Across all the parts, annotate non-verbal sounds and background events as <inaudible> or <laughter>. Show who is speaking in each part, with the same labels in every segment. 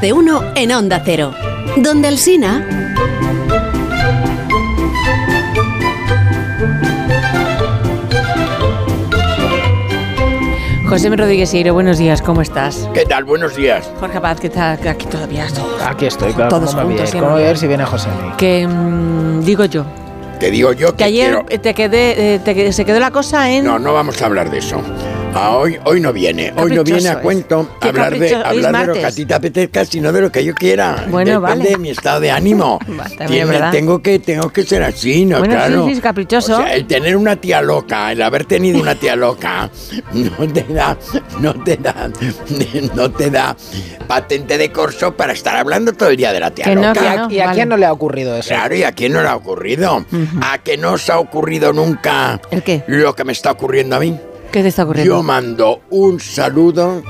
Speaker 1: de uno en Onda Cero. Donde el Sina.
Speaker 2: José M. Rodríguez Eiro, buenos días, ¿cómo estás?
Speaker 3: ¿Qué tal? Buenos días.
Speaker 2: Jorge Paz, ¿qué tal? Aquí todavía todos.
Speaker 4: Aquí estoy, claro.
Speaker 2: Todos
Speaker 4: ¿cómo me
Speaker 2: juntos
Speaker 4: viene?
Speaker 2: siempre.
Speaker 4: ¿Cómo voy a ver si viene José?
Speaker 2: Que mm, digo yo,
Speaker 3: Te digo yo que,
Speaker 2: que ayer
Speaker 3: quiero-
Speaker 2: eh, te quedé, eh, te que- se quedó la cosa en...
Speaker 3: No, no vamos a hablar de eso. Ah, hoy, hoy no viene. Hoy no
Speaker 2: Caprichoso
Speaker 3: viene
Speaker 2: es.
Speaker 3: a cuento
Speaker 2: Qué
Speaker 3: hablar de,
Speaker 2: capricho, hoy es
Speaker 3: hablar de lo que a
Speaker 2: martes.
Speaker 3: ti te apetezca, sino de lo que yo quiera.
Speaker 2: Bueno,
Speaker 3: Depende
Speaker 2: vale.
Speaker 3: de mi estado
Speaker 2: <laughs>
Speaker 3: de ánimo.
Speaker 2: Va, también es
Speaker 3: Tiene-
Speaker 2: verdad.
Speaker 3: tengo, que, tengo que ser así, ¿no?
Speaker 2: Bueno, sí,
Speaker 3: claro.
Speaker 2: sí, es caprichoso.
Speaker 3: O sea, el tener una tía loca, el haber tenido una tía loca, <laughs> no te da, no te da, <laughs> no te da patente de corso para estar hablando todo el día de la tía
Speaker 2: Que no,
Speaker 3: loca.
Speaker 2: que
Speaker 4: ¿Y a,
Speaker 2: no,
Speaker 4: y a
Speaker 2: vale.
Speaker 4: quién no le ha ocurrido eso?
Speaker 3: Claro, ¿y a quién no le ha ocurrido? ¿A que no os ha ocurrido nunca
Speaker 2: ¿El qué?
Speaker 3: lo que me está ocurriendo a mí?
Speaker 2: ¿Qué te está
Speaker 3: Yo
Speaker 2: ocurriendo?
Speaker 3: mando un saludo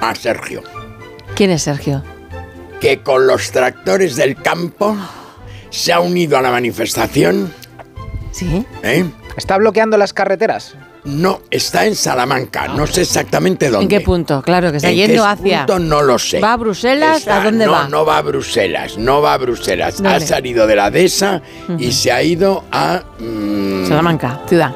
Speaker 3: a Sergio,
Speaker 2: ¿Quién es Sergio?
Speaker 3: que con los tractores del campo se ha unido a la manifestación.
Speaker 2: ¿Sí?
Speaker 3: ¿eh?
Speaker 4: ¿Está bloqueando las carreteras?
Speaker 3: No, está en Salamanca, no sé exactamente dónde.
Speaker 2: Ah, ¿En qué punto? Claro, que está
Speaker 3: ¿En qué
Speaker 2: yendo hacia...
Speaker 3: punto? No lo sé.
Speaker 2: ¿Va a Bruselas?
Speaker 3: Está-
Speaker 2: ¿A dónde
Speaker 3: no,
Speaker 2: va?
Speaker 3: No va a Bruselas, no va a Bruselas. Ha
Speaker 2: Vale.
Speaker 3: salido de la DESA y se ha ido a... mm,
Speaker 2: Salamanca, ciudad.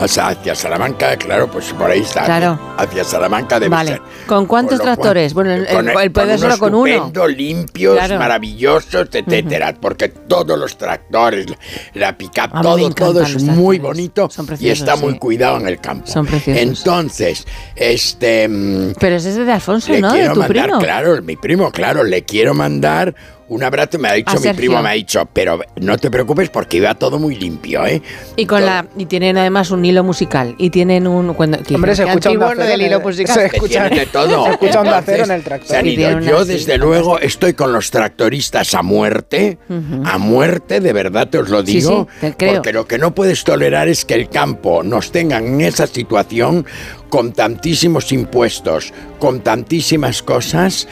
Speaker 3: O sea, hacia Salamanca, claro, pues por ahí está.
Speaker 2: Claro.
Speaker 3: Hacia Salamanca debe
Speaker 2: Vale.
Speaker 3: ser.
Speaker 2: ¿Con cuántos
Speaker 3: lo cual-
Speaker 2: tractores? Bueno, el-
Speaker 3: con
Speaker 2: el- el
Speaker 3: con
Speaker 2: puede
Speaker 3: uno
Speaker 2: solo con uno.
Speaker 3: estupendo, limpios,
Speaker 2: Claro.
Speaker 3: maravillosos, etcétera. Porque todos los tractores, la, la pick-up,
Speaker 2: A mí me
Speaker 3: todo,
Speaker 2: encantan
Speaker 3: todo
Speaker 2: los
Speaker 3: es muy
Speaker 2: tractores.
Speaker 3: bonito
Speaker 2: Son
Speaker 3: y
Speaker 2: preciosos,
Speaker 3: está muy
Speaker 2: sí.
Speaker 3: cuidado en el campo.
Speaker 2: Son preciosos.
Speaker 3: Entonces, este... mm,
Speaker 2: Pero ese es de Alfonso,
Speaker 3: le
Speaker 2: ¿no? De
Speaker 3: quiero
Speaker 2: tu
Speaker 3: mandar,
Speaker 2: primo.
Speaker 3: claro, mi primo, claro, le quiero mandar un abrazo. Me ha dicho,
Speaker 2: A
Speaker 3: mi
Speaker 2: Sergio.
Speaker 3: primo me ha dicho, pero no te preocupes porque iba todo muy limpio, ¿eh?
Speaker 2: Y con la y tienen además un hilo musical y tienen un cuando que-
Speaker 4: Hombre, se
Speaker 2: que
Speaker 4: escucha
Speaker 2: antiguo
Speaker 4: Onda
Speaker 2: no
Speaker 4: Cero
Speaker 2: del
Speaker 4: en
Speaker 2: hilo
Speaker 4: el-
Speaker 2: musical.
Speaker 4: se
Speaker 3: que
Speaker 4: escucha-
Speaker 3: tienen de todo.
Speaker 4: se escucha Onda
Speaker 3: Entonces,
Speaker 4: Cero en el tractor.
Speaker 3: se han
Speaker 2: Y
Speaker 3: ido.
Speaker 2: tienen
Speaker 3: Yo,
Speaker 2: así,
Speaker 3: desde luego, estoy con los tractoristas a muerte. A muerte, de verdad te os lo
Speaker 2: Sí,
Speaker 3: digo.
Speaker 2: sí, te creo.
Speaker 3: Porque lo que no puedes tolerar es que el campo nos tengan en esa situación con tantísimos impuestos, con tantísimas cosas.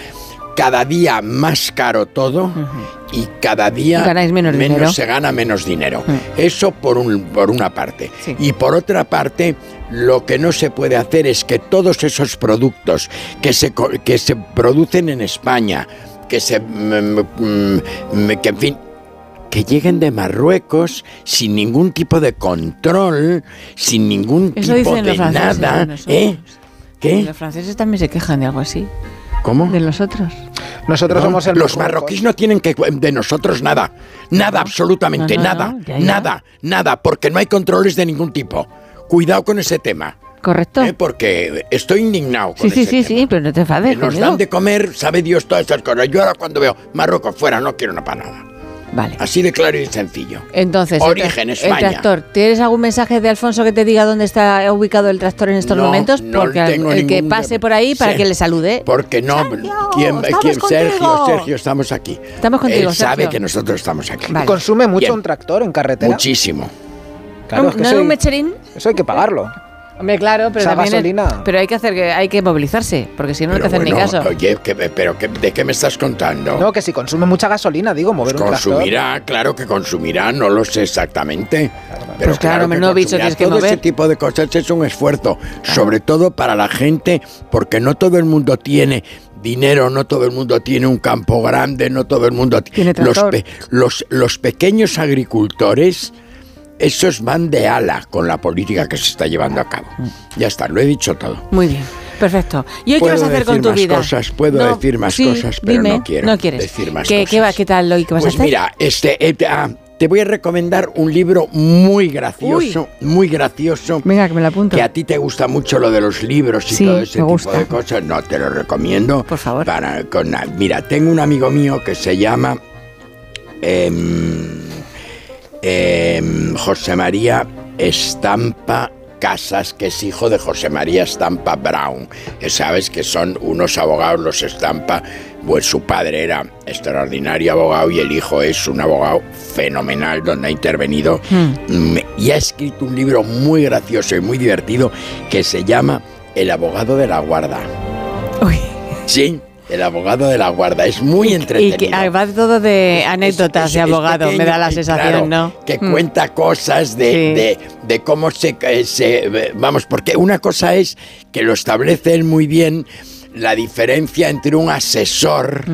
Speaker 3: Cada día más caro todo y cada día
Speaker 2: Ganáis menos dinero.
Speaker 3: se gana menos dinero. Eso por, un, por una parte.
Speaker 2: Sí.
Speaker 3: Y por otra parte, lo que no se puede hacer es que todos esos productos que se, co- que se producen en España, que se... mm, mm, mm, que en fin que lleguen de Marruecos sin ningún tipo de control, sin ningún
Speaker 2: Eso
Speaker 3: tipo
Speaker 2: dicen
Speaker 3: de
Speaker 2: los franceses.
Speaker 3: nada,
Speaker 2: de nosotros.
Speaker 3: ¿eh?
Speaker 2: Y
Speaker 3: ¿Qué?
Speaker 2: Los franceses también se quejan de algo así,
Speaker 3: ¿Cómo?
Speaker 2: de nosotros.
Speaker 4: Nosotros
Speaker 3: No,
Speaker 4: somos el
Speaker 3: los
Speaker 4: Marruecos.
Speaker 3: marroquíes no tienen que de nosotros nada, nada absolutamente
Speaker 2: No, no,
Speaker 3: nada,
Speaker 2: no, ya, ya.
Speaker 3: nada, nada, porque no hay controles de ningún tipo. Cuidado con ese tema,
Speaker 2: ¿Correcto?
Speaker 3: ¿eh? porque estoy indignado
Speaker 2: sí,
Speaker 3: con
Speaker 2: sí,
Speaker 3: ese
Speaker 2: sí,
Speaker 3: tema.
Speaker 2: sí, pero no te enfades.
Speaker 3: Que nos
Speaker 2: conmigo.
Speaker 3: dan de comer, sabe Dios todas esas cosas. Yo ahora cuando veo Marruecos fuera no quiero una panada.
Speaker 2: Vale.
Speaker 3: Así de claro y sencillo.
Speaker 2: Entonces, el tra-
Speaker 3: Origen,
Speaker 2: el,
Speaker 3: España.
Speaker 2: tractor. ¿Tienes algún mensaje de Alfonso que te diga dónde está ubicado el tractor en estos
Speaker 3: No,
Speaker 2: momentos?
Speaker 3: no
Speaker 2: Porque
Speaker 3: tengo
Speaker 2: el que
Speaker 3: ningún-
Speaker 2: pase por ahí para
Speaker 3: Sí.
Speaker 2: que le salude.
Speaker 3: Porque no, ¿quién,
Speaker 2: estamos
Speaker 3: quién- Sergio,
Speaker 2: contigo.
Speaker 3: Sergio, estamos aquí.
Speaker 2: Estamos contigo,
Speaker 3: Él sabe
Speaker 2: Sergio.
Speaker 3: que nosotros estamos aquí.
Speaker 2: Vale.
Speaker 4: ¿Consume mucho
Speaker 3: Bien.
Speaker 4: un tractor en carretera?
Speaker 3: Muchísimo.
Speaker 4: Claro,
Speaker 2: ¿No,
Speaker 4: es que
Speaker 2: no
Speaker 4: eso,
Speaker 2: un
Speaker 4: hay,
Speaker 2: mecherín?
Speaker 4: eso hay que pagarlo.
Speaker 2: Hombre, claro, pero
Speaker 4: Esa
Speaker 2: también es-
Speaker 4: gasolina.
Speaker 2: pero hay que hacer que hay que movilizarse, porque si no no te
Speaker 3: Pero
Speaker 2: hacen ni
Speaker 3: bueno,
Speaker 2: caso.
Speaker 3: Oye, ¿qué- pero qué- ¿de qué me estás contando?
Speaker 4: No, que si consume mucha gasolina, digo, mover un tractor.
Speaker 3: Consumirá, claro que consumirá, no lo sé exactamente. Pero
Speaker 2: Pues claro,
Speaker 3: que
Speaker 2: menudo bicho
Speaker 3: consumirá.
Speaker 2: tienes que
Speaker 3: Todo ese
Speaker 2: mover.
Speaker 3: tipo de cosas es un esfuerzo, sobre todo para la gente, porque no todo el mundo tiene dinero, no todo el mundo tiene un campo grande, no todo el mundo ti-
Speaker 2: Tiene
Speaker 3: los,
Speaker 2: tractor.
Speaker 3: pe- los, los pequeños agricultores, esos van de ala con la política que se está llevando a cabo.
Speaker 2: Mm.
Speaker 3: Ya está, lo he dicho todo.
Speaker 2: Muy bien, perfecto. ¿Y hoy qué
Speaker 3: Puedo
Speaker 2: vas a hacer
Speaker 3: decir
Speaker 2: con tu
Speaker 3: más
Speaker 2: vida?
Speaker 3: cosas, puedo decir más
Speaker 2: sí,
Speaker 3: cosas, pero
Speaker 2: dime,
Speaker 3: no quiero
Speaker 2: quieres.
Speaker 3: decir más
Speaker 2: ¿Qué,
Speaker 3: cosas.
Speaker 2: ¿qué, va, ¿Qué tal hoy? ¿Qué vas
Speaker 3: pues
Speaker 2: a hacer?
Speaker 3: mira, este, eh, te- ah, te voy a recomendar un libro muy gracioso, muy gracioso.
Speaker 2: Venga, que me la apunto.
Speaker 3: Que a ti te gusta mucho lo de los libros y
Speaker 2: Sí,
Speaker 3: todo ese
Speaker 2: me
Speaker 3: tipo
Speaker 2: gusta.
Speaker 3: de cosas, no te lo recomiendo.
Speaker 2: Por favor.
Speaker 3: Para- con na- mira, tengo un amigo mío que se llama em, em, José María Estampa Casas, que es hijo de José María Estampa Brown, que sabes que son unos abogados los Estampa, pues su padre era extraordinario abogado y el hijo es un abogado fenomenal donde ha intervenido
Speaker 2: Hmm.
Speaker 3: mm, y ha escrito un libro muy gracioso y muy divertido que se llama El abogado de la guarda.
Speaker 2: Uy,
Speaker 3: Sí, el abogado de la guarda, es muy entretenido
Speaker 2: y que ah, va todo de anécdotas
Speaker 3: es-
Speaker 2: de
Speaker 3: es- es
Speaker 2: abogado, me
Speaker 3: pequeño
Speaker 2: da la
Speaker 3: y
Speaker 2: sensación,
Speaker 3: claro,
Speaker 2: ¿no?
Speaker 3: Que
Speaker 2: Mm.
Speaker 3: cuenta cosas de,
Speaker 2: Sí.
Speaker 3: de, de cómo se, eh, se- eh, Vamos, porque una cosa es que lo establece él muy bien. la diferencia entre un asesor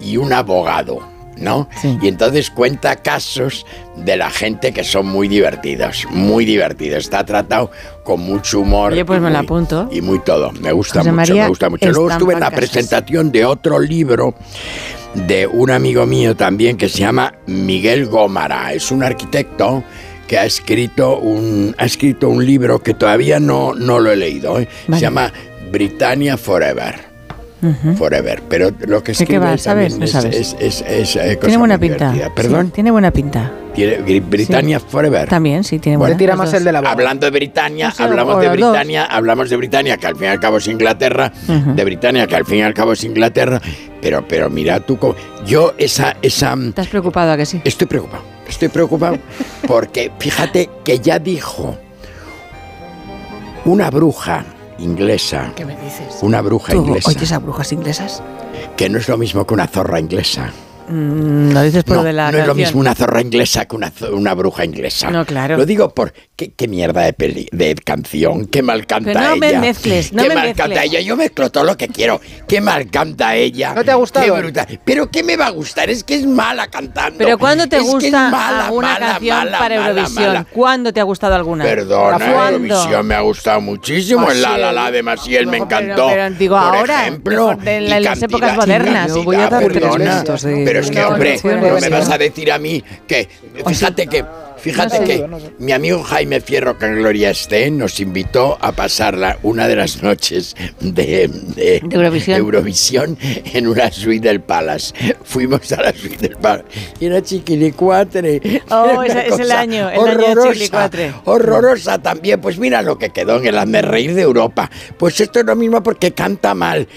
Speaker 3: y un abogado, ¿no?
Speaker 2: Sí.
Speaker 3: Y entonces cuenta casos de la gente que son muy divertidos, muy divertidos. Está tratado con mucho humor.
Speaker 5: Oye, pues
Speaker 3: y
Speaker 5: me la
Speaker 3: muy-
Speaker 5: apunto.
Speaker 3: Y muy todo. Me gusta
Speaker 2: José
Speaker 3: mucho,
Speaker 2: María
Speaker 3: me gusta mucho. Luego estuve en la
Speaker 5: Estampa Casas.
Speaker 3: presentación de otro libro de un amigo mío también que se llama Miguel Gómara. Es un arquitecto que ha escrito un, ha escrito un libro que todavía no, no lo he leído. ¿eh?
Speaker 2: Vale.
Speaker 3: Se llama Britannia Forever. Forever, pero lo que
Speaker 5: ¿De qué
Speaker 3: escribe
Speaker 5: va?
Speaker 3: también
Speaker 5: ¿Sabes? No
Speaker 3: es,
Speaker 5: sabes.
Speaker 3: es- es- es, eh, cosa
Speaker 5: Tiene buena
Speaker 3: muy
Speaker 5: pinta.
Speaker 3: divertida. Perdón,
Speaker 5: Sí, tiene buena pinta.
Speaker 3: tiene- Gri- Britannia Forever.
Speaker 5: También, sí, tiene
Speaker 4: ¿Te
Speaker 5: buena.
Speaker 4: tira
Speaker 5: los
Speaker 4: más
Speaker 5: dos.
Speaker 4: el de la boca?
Speaker 3: Hablando de Britania,
Speaker 5: No sé,
Speaker 3: hablamos
Speaker 5: o
Speaker 3: de
Speaker 5: los dos.
Speaker 3: Britania, hablamos de Britania, que al fin y al cabo es Inglaterra, de Britania, que al fin y al cabo es Inglaterra, pero, pero mira tú, cómo- yo esa, esa,
Speaker 5: ¿Te has preocupado a que sí?
Speaker 3: estoy preocupado,
Speaker 5: <laughs>
Speaker 3: estoy preocupado, porque fíjate que ya dijo una bruja inglesa,
Speaker 5: me dices?
Speaker 3: una bruja
Speaker 5: ¿Tú
Speaker 3: inglesa,
Speaker 5: oyes a brujas inglesas?
Speaker 3: que no es lo mismo que una zorra inglesa.
Speaker 5: Mm, lo dices por
Speaker 3: No,
Speaker 5: lo de la
Speaker 3: no es lo
Speaker 5: canción.
Speaker 3: mismo una zorra inglesa que una, zo- una bruja inglesa.
Speaker 5: No, claro.
Speaker 3: Lo digo por qué, qué mierda de, peli- de canción, qué mal canta
Speaker 5: Pero no
Speaker 3: ella.
Speaker 5: me mezcles, no
Speaker 3: qué
Speaker 5: me
Speaker 3: mal
Speaker 5: mezcles.
Speaker 3: canta ella, yo mezclo todo lo que quiero. Qué mal canta ella.
Speaker 4: ¿No te ha gustado?
Speaker 3: Qué brutal. Pero qué me va a gustar, es que es mala cantando.
Speaker 5: Pero ¿cuándo te
Speaker 3: Es que es
Speaker 5: gusta
Speaker 3: mala,
Speaker 5: alguna
Speaker 3: mala,
Speaker 5: canción
Speaker 3: mala,
Speaker 5: para
Speaker 3: mala,
Speaker 5: Eurovisión?
Speaker 3: mala.
Speaker 5: ¿Cuándo te ha gustado alguna?
Speaker 3: Perdona, eh,
Speaker 4: ¿Cuándo?
Speaker 3: Eurovisión me ha gustado muchísimo. El La La La de Maciel me
Speaker 5: Pues No, pero-
Speaker 3: encantó.
Speaker 5: pero digo
Speaker 3: por
Speaker 5: ahora,
Speaker 3: ejemplo,
Speaker 5: mejor de- en
Speaker 3: y
Speaker 5: las épocas
Speaker 3: cantidad- y
Speaker 5: modernas.
Speaker 3: cantidad,
Speaker 5: Yo voy a dar tres
Speaker 3: perdona,
Speaker 5: minutos de-
Speaker 3: Pero es que,
Speaker 5: No, no
Speaker 3: hombre,
Speaker 5: puedo,
Speaker 3: no me
Speaker 5: no.
Speaker 3: vas a decir a mí que. Fíjate que. Fíjate
Speaker 4: No sé.
Speaker 3: que mi amigo Jaime Fierro, que en Gloria esté, nos invitó a pasar la- una de las noches de,
Speaker 5: De
Speaker 3: de-
Speaker 5: Eurovisión.
Speaker 3: Eurovisión en una suite del Palace. Fuimos a la suite del Palace y era chiquilicuatre. Era
Speaker 5: Oh,
Speaker 3: una
Speaker 5: ese- es el
Speaker 3: cosa
Speaker 5: año, el año de
Speaker 3: horrorosa,
Speaker 5: chiquilicuatre.
Speaker 3: Horrorosa también. Pues mira lo que quedó en el hazme reír de Europa. Pues esto es lo mismo porque canta mal,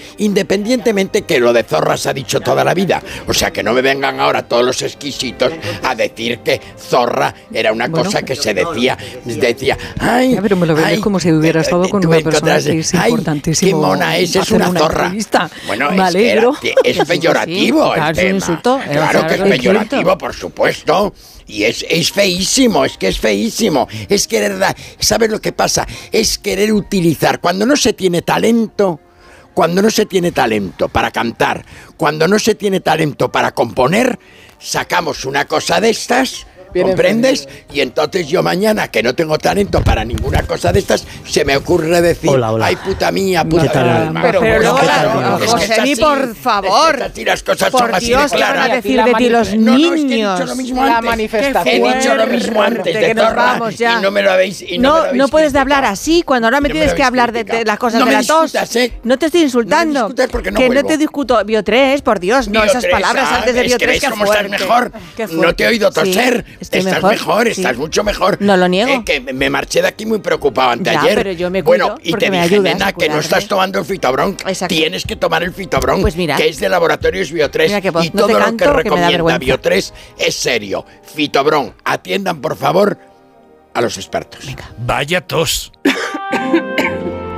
Speaker 3: independientemente que lo de zorras ha dicho toda la vida. O sea, que no me vengan ahora todos los exquisitos a decir que zorra era una cosa que se decía, pues decía, ay,
Speaker 6: Ya, pero me lo vendes
Speaker 3: ay,
Speaker 6: como si hubiera
Speaker 3: eh,
Speaker 6: estado
Speaker 3: eh,
Speaker 6: con
Speaker 3: tú
Speaker 6: una persona
Speaker 3: encontrás,
Speaker 6: que es
Speaker 3: "Ay, Qué
Speaker 6: importantísimo
Speaker 3: mona es, es
Speaker 6: hacer
Speaker 3: una,
Speaker 6: una
Speaker 3: zorra.
Speaker 6: entrevista.
Speaker 3: Bueno,
Speaker 6: Me
Speaker 3: es que era-
Speaker 6: alegro. <laughs>
Speaker 3: que es peyorativo
Speaker 5: Claro, es
Speaker 3: el
Speaker 5: un
Speaker 3: tema.
Speaker 5: insulto,
Speaker 6: eh,
Speaker 5: era
Speaker 3: Claro que es
Speaker 5: un insulto.
Speaker 3: peyorativo, Claro, por supuesto. Y es, es feísimo, es que es feísimo. Es querer dar. ¿Sabes lo que pasa? Es querer utilizar. Cuando no se tiene talento. Cuando no se tiene talento para cantar, cuando no se tiene talento para componer, sacamos una cosa de estas,
Speaker 4: Bien
Speaker 3: ¿comprendes? Y entonces yo mañana, que no tengo talento para ninguna cosa de estas, se me ocurre decir,
Speaker 7: Hola, hola.
Speaker 3: ay puta mía, puta
Speaker 7: ¿Qué tal?
Speaker 3: del alma". pues,
Speaker 5: Pero- pero luego
Speaker 3: ¿qué
Speaker 5: la-
Speaker 3: tal? Es que es
Speaker 5: José, ni
Speaker 3: así,
Speaker 5: por
Speaker 3: es que es
Speaker 5: favor.
Speaker 3: así, las cosas son
Speaker 5: Por
Speaker 3: así de
Speaker 5: Dios, ¿qué van
Speaker 3: claras.
Speaker 5: a decir de ti los
Speaker 3: No, no, es que he dicho
Speaker 5: niños?
Speaker 3: lo mismo
Speaker 4: La
Speaker 3: antes.
Speaker 4: manifestación.
Speaker 3: He dicho lo mismo
Speaker 5: Fuerte,
Speaker 3: antes
Speaker 5: que
Speaker 3: de
Speaker 5: nos
Speaker 3: Torra
Speaker 5: vamos ya.
Speaker 3: y no me lo habéis y no, me lo
Speaker 5: No,
Speaker 3: habéis
Speaker 5: no puedes de
Speaker 3: criticado.
Speaker 5: hablar así cuando ahora me
Speaker 3: No me
Speaker 5: tienes
Speaker 3: lo
Speaker 5: que
Speaker 3: habéis
Speaker 5: hablar de, de
Speaker 3: criticado.
Speaker 5: las cosas
Speaker 3: No
Speaker 5: de
Speaker 3: me
Speaker 5: la tos.
Speaker 3: discutas, ¿eh?
Speaker 5: No te estoy insultando.
Speaker 3: No me discutas porque no
Speaker 5: que no
Speaker 3: vuelvo.
Speaker 5: te discuto bio 3, por Dios, no esas
Speaker 3: Biotresa,
Speaker 5: palabras antes de
Speaker 3: es
Speaker 5: bio
Speaker 3: que
Speaker 5: 3
Speaker 3: ves
Speaker 5: que
Speaker 3: cómo estás mejor. No te he oído toser. estás mejor, estás mucho mejor.
Speaker 5: No lo niego.
Speaker 3: Eh, que me marché de aquí muy preocupado anteayer.
Speaker 5: Ya, pero yo me
Speaker 3: bueno,
Speaker 5: cuido
Speaker 3: y
Speaker 5: porque
Speaker 3: te
Speaker 5: me
Speaker 3: dije,
Speaker 5: ayudas a
Speaker 3: nena, que no
Speaker 5: cuidarme.
Speaker 3: estás tomando el fitobron.
Speaker 5: Exacto.
Speaker 3: Tienes que tomar el fitobron,
Speaker 5: Pues mira.
Speaker 3: que es de Laboratorios Bio3.
Speaker 5: Mira que voz,
Speaker 3: y
Speaker 5: no
Speaker 3: todo
Speaker 5: te
Speaker 3: lo que
Speaker 5: canto, que me da
Speaker 3: recomienda
Speaker 5: vergüenza.
Speaker 3: Bio3 es serio. Fitobron, atiendan por favor a los expertos.
Speaker 7: Vaya tos.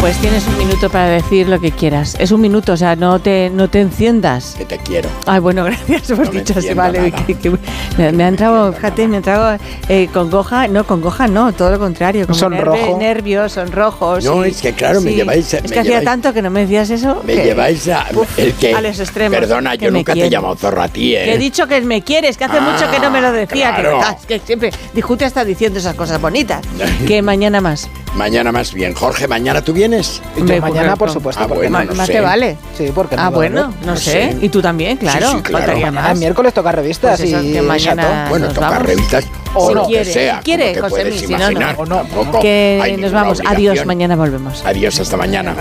Speaker 2: Pues tienes un minuto para decir lo que quieras. Es un minuto, o sea, no te, no te enciendas.
Speaker 3: Que te quiero.
Speaker 2: Ay, bueno, <laughs> gracias por
Speaker 3: No me
Speaker 2: dicho así,
Speaker 3: entiendo
Speaker 2: vale.
Speaker 3: nada.
Speaker 2: que- que- me, me ha entrado, fíjate, me ha entrado eh, congoja, no, congoja no, todo lo contrario. Como
Speaker 4: Sonrojo.
Speaker 2: nervio- Nervios, sonrojos.
Speaker 3: No,
Speaker 2: sí,
Speaker 3: es que claro, me lleváis-
Speaker 2: Es
Speaker 3: me
Speaker 2: que hacía
Speaker 3: lleváis-
Speaker 2: tanto que no me decías eso.
Speaker 3: Me
Speaker 2: que-
Speaker 3: lleváis a,
Speaker 2: Uf,
Speaker 3: el que,
Speaker 2: a los extremos,
Speaker 3: Perdona,
Speaker 2: que
Speaker 3: yo
Speaker 2: me
Speaker 3: nunca te he
Speaker 2: quieren.
Speaker 3: llamado zorro a ti, ¿eh?
Speaker 2: Que he dicho que me quieres, que hace
Speaker 3: Ah,
Speaker 2: mucho que no me lo decía. que
Speaker 3: claro.
Speaker 2: verdad, es Que, siempre discute hasta diciendo esas cosas
Speaker 3: <laughs>
Speaker 2: bonitas. que mañana más.
Speaker 3: Mañana más bien. Jorge, ¿mañana tú vienes?
Speaker 4: Y yo
Speaker 2: Hombre,
Speaker 4: mañana,
Speaker 2: pues,
Speaker 4: por
Speaker 2: no.
Speaker 4: supuesto.
Speaker 3: Ah,
Speaker 4: porque
Speaker 3: bueno,
Speaker 2: Ma-
Speaker 3: no
Speaker 2: más
Speaker 3: sé.
Speaker 2: te vale.
Speaker 4: Sí, porque
Speaker 2: Ah,
Speaker 4: no,
Speaker 2: bueno,
Speaker 4: ¿no?
Speaker 2: no,
Speaker 3: No
Speaker 2: sé.
Speaker 3: sé.
Speaker 2: Y tú también, claro.
Speaker 3: sí, claro.
Speaker 2: Faltaría
Speaker 4: Mañana
Speaker 2: más.
Speaker 4: miércoles toca revistas
Speaker 2: Pues eso,
Speaker 4: y
Speaker 2: que mañana-
Speaker 4: chato.
Speaker 3: Bueno,
Speaker 2: nos
Speaker 3: tocar
Speaker 2: vamos.
Speaker 3: revistas o
Speaker 2: Si
Speaker 3: lo
Speaker 2: quiere,
Speaker 3: que sea.
Speaker 2: si quiere,
Speaker 3: como te
Speaker 2: José
Speaker 3: puedes
Speaker 2: Luis, si no, no.
Speaker 3: imaginar.
Speaker 4: O no.
Speaker 3: Tampoco
Speaker 2: Que
Speaker 3: hay
Speaker 2: nos
Speaker 3: ninguna
Speaker 2: vamos. Adiós,
Speaker 3: obligación.
Speaker 2: mañana volvemos.
Speaker 3: Adiós, hasta mañana.